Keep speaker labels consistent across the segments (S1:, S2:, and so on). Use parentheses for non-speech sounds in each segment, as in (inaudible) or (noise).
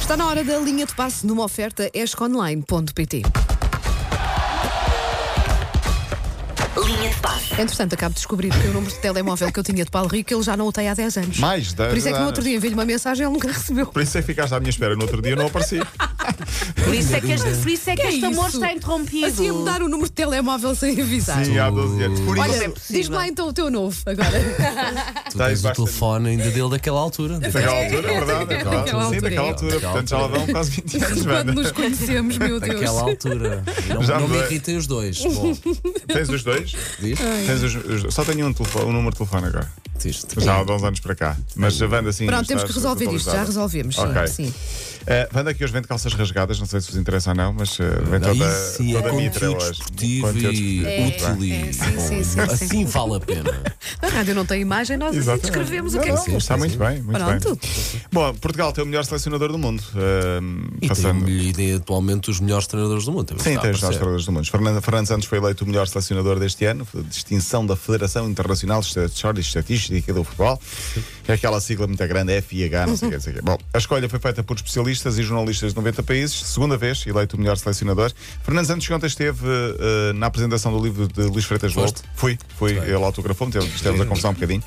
S1: Está na hora da linha de passe numa oferta esconline.pt.
S2: Linha de passe.
S1: Entretanto, acabo de descobrir que o número de telemóvel que eu tinha de Paulo Rico, ele já não o tem há 10 anos.
S3: Mais 10
S1: Por isso é que no
S3: anos.
S1: outro dia enviei-lhe uma mensagem e ele nunca recebeu.
S3: Por isso é que ficaste à minha espera. No outro dia não apareci.
S2: Por isso é que este, por isso é que
S1: Que é
S2: este amor
S1: isso?
S2: está interrompido.
S1: Assim a mudar o número de telemóvel sem avisar.
S3: Sim, há 12 anos. Por
S1: Olha,
S3: isso,
S1: diz lá então o teu novo
S3: (laughs)
S1: agora.
S4: Tu
S3: Tens
S4: tens o
S3: bastante.
S4: telefone ainda dele daquela altura.
S3: daquela altura, é
S1: (laughs)
S3: verdade. É verdade.
S1: Daquela
S3: Sim,
S1: altura,
S3: daquela
S1: é.
S3: altura. Portanto, já lá vão quase
S1: (laughs)
S3: 20 anos,
S1: Quando nos
S3: Joana.
S1: conhecemos, meu Deus.
S4: Daquela altura. Não,
S3: Já
S4: não me
S3: vai.
S4: irritem os dois. Bom,
S3: Tens os dois?
S4: diz?
S3: Tens os, os- só tenho um, telefone, um número de telefone agora.
S4: Diz.
S3: Já há 11 anos para cá. Mas a Wanda, assim.
S1: Pronto, temos que
S3: estás
S1: resolver isto. Já
S3: atualizada.
S1: resolvemos. Sim,
S3: Ok.
S1: sim.
S3: Eh, Wanda aqui hoje vende calças rasgadas, não sei se vos interessa ou não, mas eh, vende
S4: Aí
S3: toda,
S4: sim é
S3: toda a mitra
S4: conteúdo
S3: hoje.
S4: desportivo
S3: Conteúdo
S4: e
S3: desportivo. Muito bem.
S4: útil e
S1: é, sim,
S4: bom.
S1: sim, sim, sim.
S4: Assim vale a pena.
S1: A rádio não tem imagem, nós assim
S3: Exatamente.
S1: descrevemos o
S3: Não,
S1: que é que
S3: não,
S1: se
S3: Está muito bem, muito
S1: Pronto.
S3: bem. Bom, Portugal tem o melhor selecionador do mundo. ehm,
S4: E
S3: passando.
S4: tem, e tem atualmente os melhores treinadores do mundo. também
S3: Sim,
S4: está a
S3: tem os melhores
S4: aparecer.
S3: treinadores do mundo. Fernando, Fernando Santos foi eleito o melhor selecionador deste ano, distinção da Federação Internacional de Estatística e Estatística do Futebol. É aquela sigla muito grande, FIH, não sei o que, não sei o que. Bom, a escolha foi feita por especialistas e jornalistas de 90 países, segunda vez eleito o melhor selecionador. Fernando Santos que ontem esteve eh, eh, na apresentação do livro de Luís Freitas Lobo.
S4: Foste?
S3: Fui, fui, ele autografou, estivemos a conversar um bocadinho.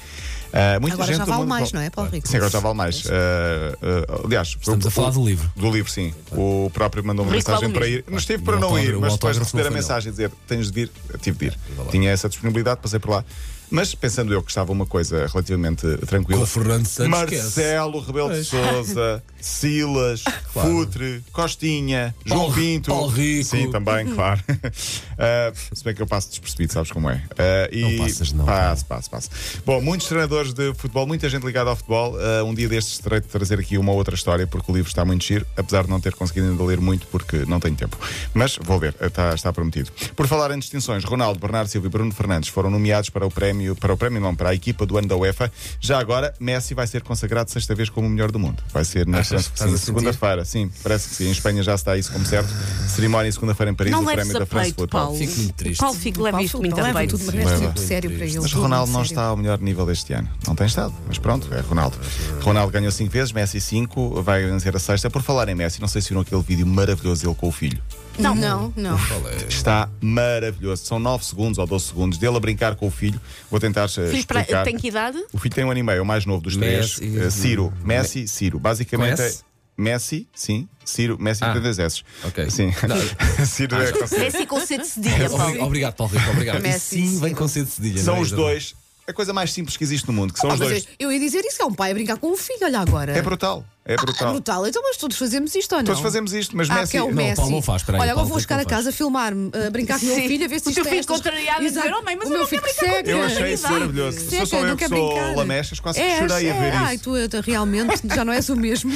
S3: Eh, muita
S1: Agora
S3: gente
S1: já
S3: do
S1: vale
S3: mundo-
S1: mais, não é, Paulo Rico?
S3: Sim, agora já vale mais. Eh, eh, aliás,
S4: Estamos a falar do livro.
S3: do livro, sim. O próprio mandou uma
S2: Rico
S3: mensagem
S2: Alves.
S3: para ir. Não esteve para
S4: O
S3: não ir,
S4: autógrafo-
S3: mas
S4: o
S3: depois de
S4: autógrafo
S3: receber a
S4: não foi
S3: mensagem e dizer tens de vir, eu tive de ir.
S4: vai lá.
S3: Tinha essa disponibilidade, passei por lá. Mas pensando eu que estava uma coisa relativamente tranquila.
S4: Com o Fernando Santos,
S3: Marcelo Rebelo de
S4: Pois. (laughs)
S3: Souza, Silas, Futre, Costinha, João
S4: Paulo-
S3: Pinto.
S4: Paulo Rico.
S3: Sim, também, claro. (laughs) Ah, se bem que eu passo despercebido, sabes como é. Ah, e-
S4: Não passas, não.
S3: Passo, passo, passo. Bom, muitos treinadores de futebol, muita gente ligada ao futebol. Ah, um dia destes terei de trazer aqui uma outra história, porque o livro está muito giro, apesar de não ter conseguido ainda ler muito, porque não tenho tempo. Mas vou ver, ah, está, está prometido. Por falar em distinções, Ronaldo, Bernardo Silva e Bruno Fernandes foram nomeados para o prémio, para o prémio não, para a equipa do ano da UEFA. Já agora, Messi vai ser consagrado sexta vez como o melhor do mundo. Vai ser na
S4: Achas
S3: França-
S4: que assim, estás a
S3: na
S4: sentir?
S3: segunda-feira, sim, parece que sim. Em Espanha já está isso como certo. Cerimónia em segunda-feira em Paris,
S2: Não
S3: o
S2: leves
S3: prémio
S2: a
S3: da France
S2: peito,
S3: Football.
S2: Paulo.
S4: Fico muito triste.
S2: Paulo, fico, leva isto muito a
S1: Então leva
S2: peito.
S1: tudo, mas é
S3: Leva.
S1: tipo sério para ele.
S3: Mas
S1: tudo
S3: Ronaldo não
S1: sério.
S3: está ao melhor nível deste ano. Não tem estado, mas pronto, é Ronaldo. Ronaldo ganhou 5 vezes, Messi 5, vai vencer a sexta. Por falar em Messi, não sei se viram aquele vídeo maravilhoso dele com o filho.
S1: Não, não, não.
S4: é?
S3: Está maravilhoso. São 9 segundos ou 12 segundos dele a brincar com o filho. Vou tentar eh,
S2: Filho, para-
S3: explicar.
S2: tem que idade?
S3: O filho tem um ano e meio, é o mais novo dos três.
S4: Messi.
S3: Eh, Ciro, Messi, Ciro. Basicamente
S4: Com
S3: é
S4: S?
S3: Messi, sim. Ciro, Messi
S4: Ah.
S3: tem dois S.
S4: Ok. Ah,
S3: Sim. (laughs) Ciro é considerado.
S2: Messi com C de cedilha,
S4: Obri-
S2: Paulo.
S4: Obrigado, Paulo Rico. Obrigado. E
S1: Messi,
S4: sim,
S1: sim.
S4: vem com C de cedilha. não
S3: São
S4: é,
S3: os
S4: Isabel?
S3: dois. A coisa mais simples que existe no mundo, que são
S1: Ah,
S3: os
S1: mas
S3: dois.
S1: eu- eu ia dizer isso, é um pai a brincar com um filho, olha agora.
S3: É brutal. É
S1: Ah, brutal. Então, mas todos fazemos isto ou não?
S3: Todos fazemos isto, mas
S1: Ah,
S3: Messi.
S1: que é o
S4: Não,
S1: Messi.
S4: Paulo não faz, espera aí,
S1: Olha, agora
S4: Paulo
S1: vou
S4: diz que
S1: chegar a
S4: não faz.
S1: casa a filmar-me, a brincar com o
S2: Sim.
S1: meu filho, a ver se
S2: O
S1: isto
S2: teu
S1: é
S2: filho
S1: estas-
S2: contrariado a dizer,
S1: Exato.
S2: "Oh, mãe, mas
S1: o
S2: eu
S1: meu
S2: não
S1: filho
S2: quero brincar
S1: seca.
S2: com
S3: Eu
S2: Não,
S3: achei isso
S2: é, não.
S3: maravilhoso. Se
S1: Seca,
S3: sou só
S1: não
S3: eu que
S1: quer
S3: sou
S1: brincar.
S3: lamechas, quase que
S1: És,
S3: chorei a
S1: é.
S3: ver
S1: Ai,
S3: isso.
S1: tu eh, realmente já não és o
S2: (laughs)
S1: mesmo.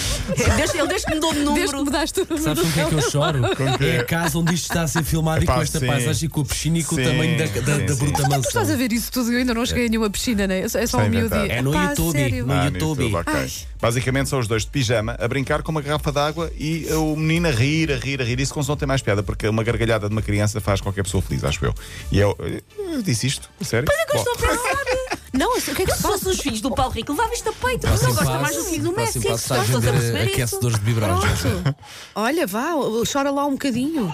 S2: Desde, ele desde que mudou de
S1: Desde que
S2: número.
S1: mudaste o um número.
S4: Sabes com o que é que eu choro?
S3: quê?
S4: É a casa onde isto está a ser filmado e
S3: Epá,
S4: com esta
S3: sim.
S4: paisagem e com a piscina e com
S3: Sim,
S4: o tamanho da, da,
S3: sim,
S4: da
S3: sim. Mas
S4: bruta mansão.
S1: Tu estás a ver isso tudo? Eu ainda não cheguei a nenhuma piscina, né? É só- é só
S3: Está
S1: o meu
S3: inventado.
S1: dia.
S4: É no
S1: Pá,
S4: YouTube.
S1: sério?
S4: No
S3: Ah,
S4: YouTube.
S3: ok.
S1: Ai.
S3: Basicamente são os dois de pijama a brincar com uma garrafa d'água e uh, o menino a rir, a rir, a rir. Isso com som tem mais piada, porque uma gargalhada de uma criança faz qualquer pessoa feliz, acho eu. E eu, eu disse isto, a sério. Bom,
S2: Estou a pensar.
S1: Não, o que é que se
S2: Se
S1: passa?
S2: fossem os filhos do Paulo Rico, levava isto a peito. Mas
S4: Próximo
S2: não gosta
S4: passo-
S2: mais do filho do Messi.
S4: próximo
S2: Estás estás
S4: passo
S2: a
S4: está a vender
S2: perceber isso?
S4: aquecedores de biberões.
S1: Pronto. Olha, vá, chora lá um bocadinho.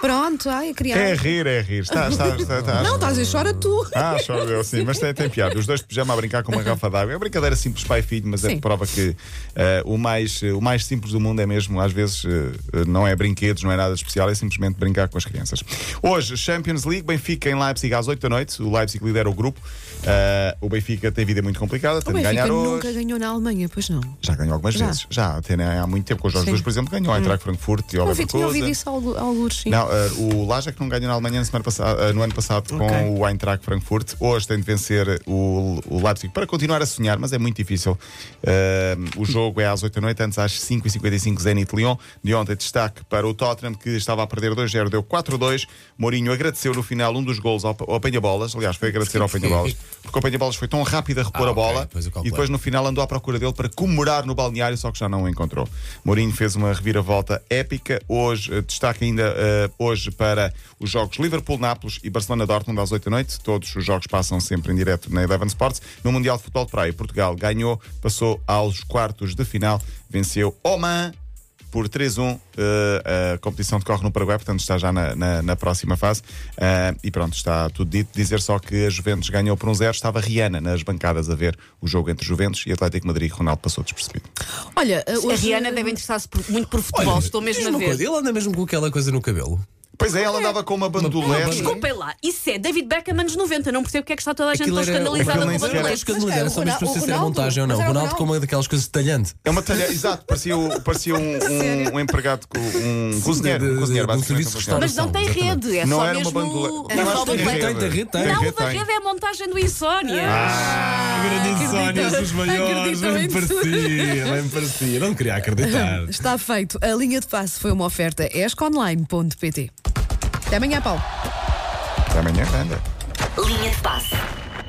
S1: Pronto, ai, a criança.
S3: é rir, é rir. Está, está, está, está-
S1: Não, estás a dizer, chora tu. (laughs)
S3: Ah, só eu, sim, mas tem, tem piada. Os dois de pijama a brincar com uma garrafa d'água. É uma brincadeira simples, pai e filho, mas é
S1: Sim.
S3: prova que eh, o, mais, eh, o mais simples do mundo é mesmo, às vezes, eh, não é brinquedos, não é nada especial, é simplesmente brincar com as crianças. Hoje, Champions League, Benfica em Leipzig às 8 da noite. O Leipzig lidera o grupo. Eh, o Benfica tem vida muito complicada,
S1: O
S3: tem de
S1: Benfica
S3: ganhar hoje.
S1: é nunca ganhou na Alemanha, pois não.
S3: Já ganhou algumas
S1: Já.
S3: vezes. Já, até né, há muito tempo. Com os Jorge
S1: Sim.
S3: Jesus, por exemplo, ganhou. Hum. Eintracht Frankfurt e o
S1: Ouvi, tinha ouvido
S3: Leverkusen.
S1: isso ao, ao Lourdes, sim.
S3: Não, eh, o Laja que não ganhou na Alemanha na semana passada- eh, no ano passado
S1: Ok.
S3: com o Eintracht Frankfurt. Hoje tem de vencer o, o Leipzig para continuar a sonhar, mas é muito difícil. Eh, o jogo é às 8 da noite, antes às 5h55 Zenit Lyon. De ontem, destaque para o Tottenham, que estava a perder 2-0, deu 4-2. Mourinho agradeceu no final um dos golos ao, ao Penha-Bolas. Aliás, foi agradecer ao Penha-Bolas, porque o Penha-Bolas foi tão rápido a repor
S4: Ah,
S3: a
S4: ok,
S3: bola
S4: depois eu
S3: e
S4: calculei.
S3: depois no final andou à procura dele para comemorar no balneário, só que já não o encontrou. Mourinho fez uma reviravolta épica. Hoje eh, destaca ainda eh, hoje para os jogos Liverpool-Nápoles e Barcelona-Dortmund às 8 da noite. Todos os jogos passam sempre em direto na Eleven Sports. No Mundial de Futebol de Praia, Portugal ganhou, passou aos quartos de final, venceu Oman por 3-1. eh, a competição decorre no Paraguai, portanto está já na, na- na próxima fase. Eh, e pronto, está tudo dito. Dizer só que a Juventus ganhou por 1-0. Estava Rihanna nas bancadas a ver o jogo entre Juventus e Atlético de Madrid. Ronaldo passou despercebido.
S1: Olha, uh,
S2: A
S1: hoje.
S2: Rihanna deve interessar-se por- muito por futebol, estou mesmo a
S4: Diz-me uma
S2: ver.
S4: coisa, ele anda mesmo com aquela coisa no cabelo.
S3: Pois é, ela andava com uma bandolete.
S2: Desculpem lá, isso é David Beckham anos 90, não percebo porque é que está toda a gente tão
S4: Aquilo era-
S2: escandalizada
S3: aquilo
S2: com
S3: nem
S2: o
S3: sequer-
S2: bandolete.
S4: Escandalizar,
S1: Mas,
S4: só
S1: é, o
S4: mesmo para
S1: Ronaldo-
S4: se era
S1: o
S4: montagem ou não.
S1: Ronaldo-
S4: O Ronaldo com uma daquelas coisas de talhante.
S3: É uma talha, exato, parecia, o- parecia um, um, um empregado, com- um cozinheiro.
S4: de-
S3: Um
S4: de-
S3: cozinheiro,
S4: de um
S3: basicamente,
S4: serviço de
S3: um cozinheiro.
S2: Mas não tem
S4: Exatamente.
S2: rede, é
S3: Não
S2: só
S3: era uma
S2: mesmo.
S3: bandolete.
S2: é
S3: Eu
S2: só
S3: acho
S2: o
S3: que tem
S2: Beckham.
S4: Tem, tem rede, é tem.
S2: Não,
S3: rede,
S2: o da
S3: tem.
S2: rede é a montagem do Insónia.
S4: Grande insónia, os
S1: Acredito
S4: maiores. Bem
S1: nisso.
S4: parecia, bem parecia. Não queria acreditar.
S1: Está feito. A linha de passe foi uma oferta esconline.pt. Até amanhã, Paulo.
S3: Até amanhã, é anda.
S5: Linha de passe.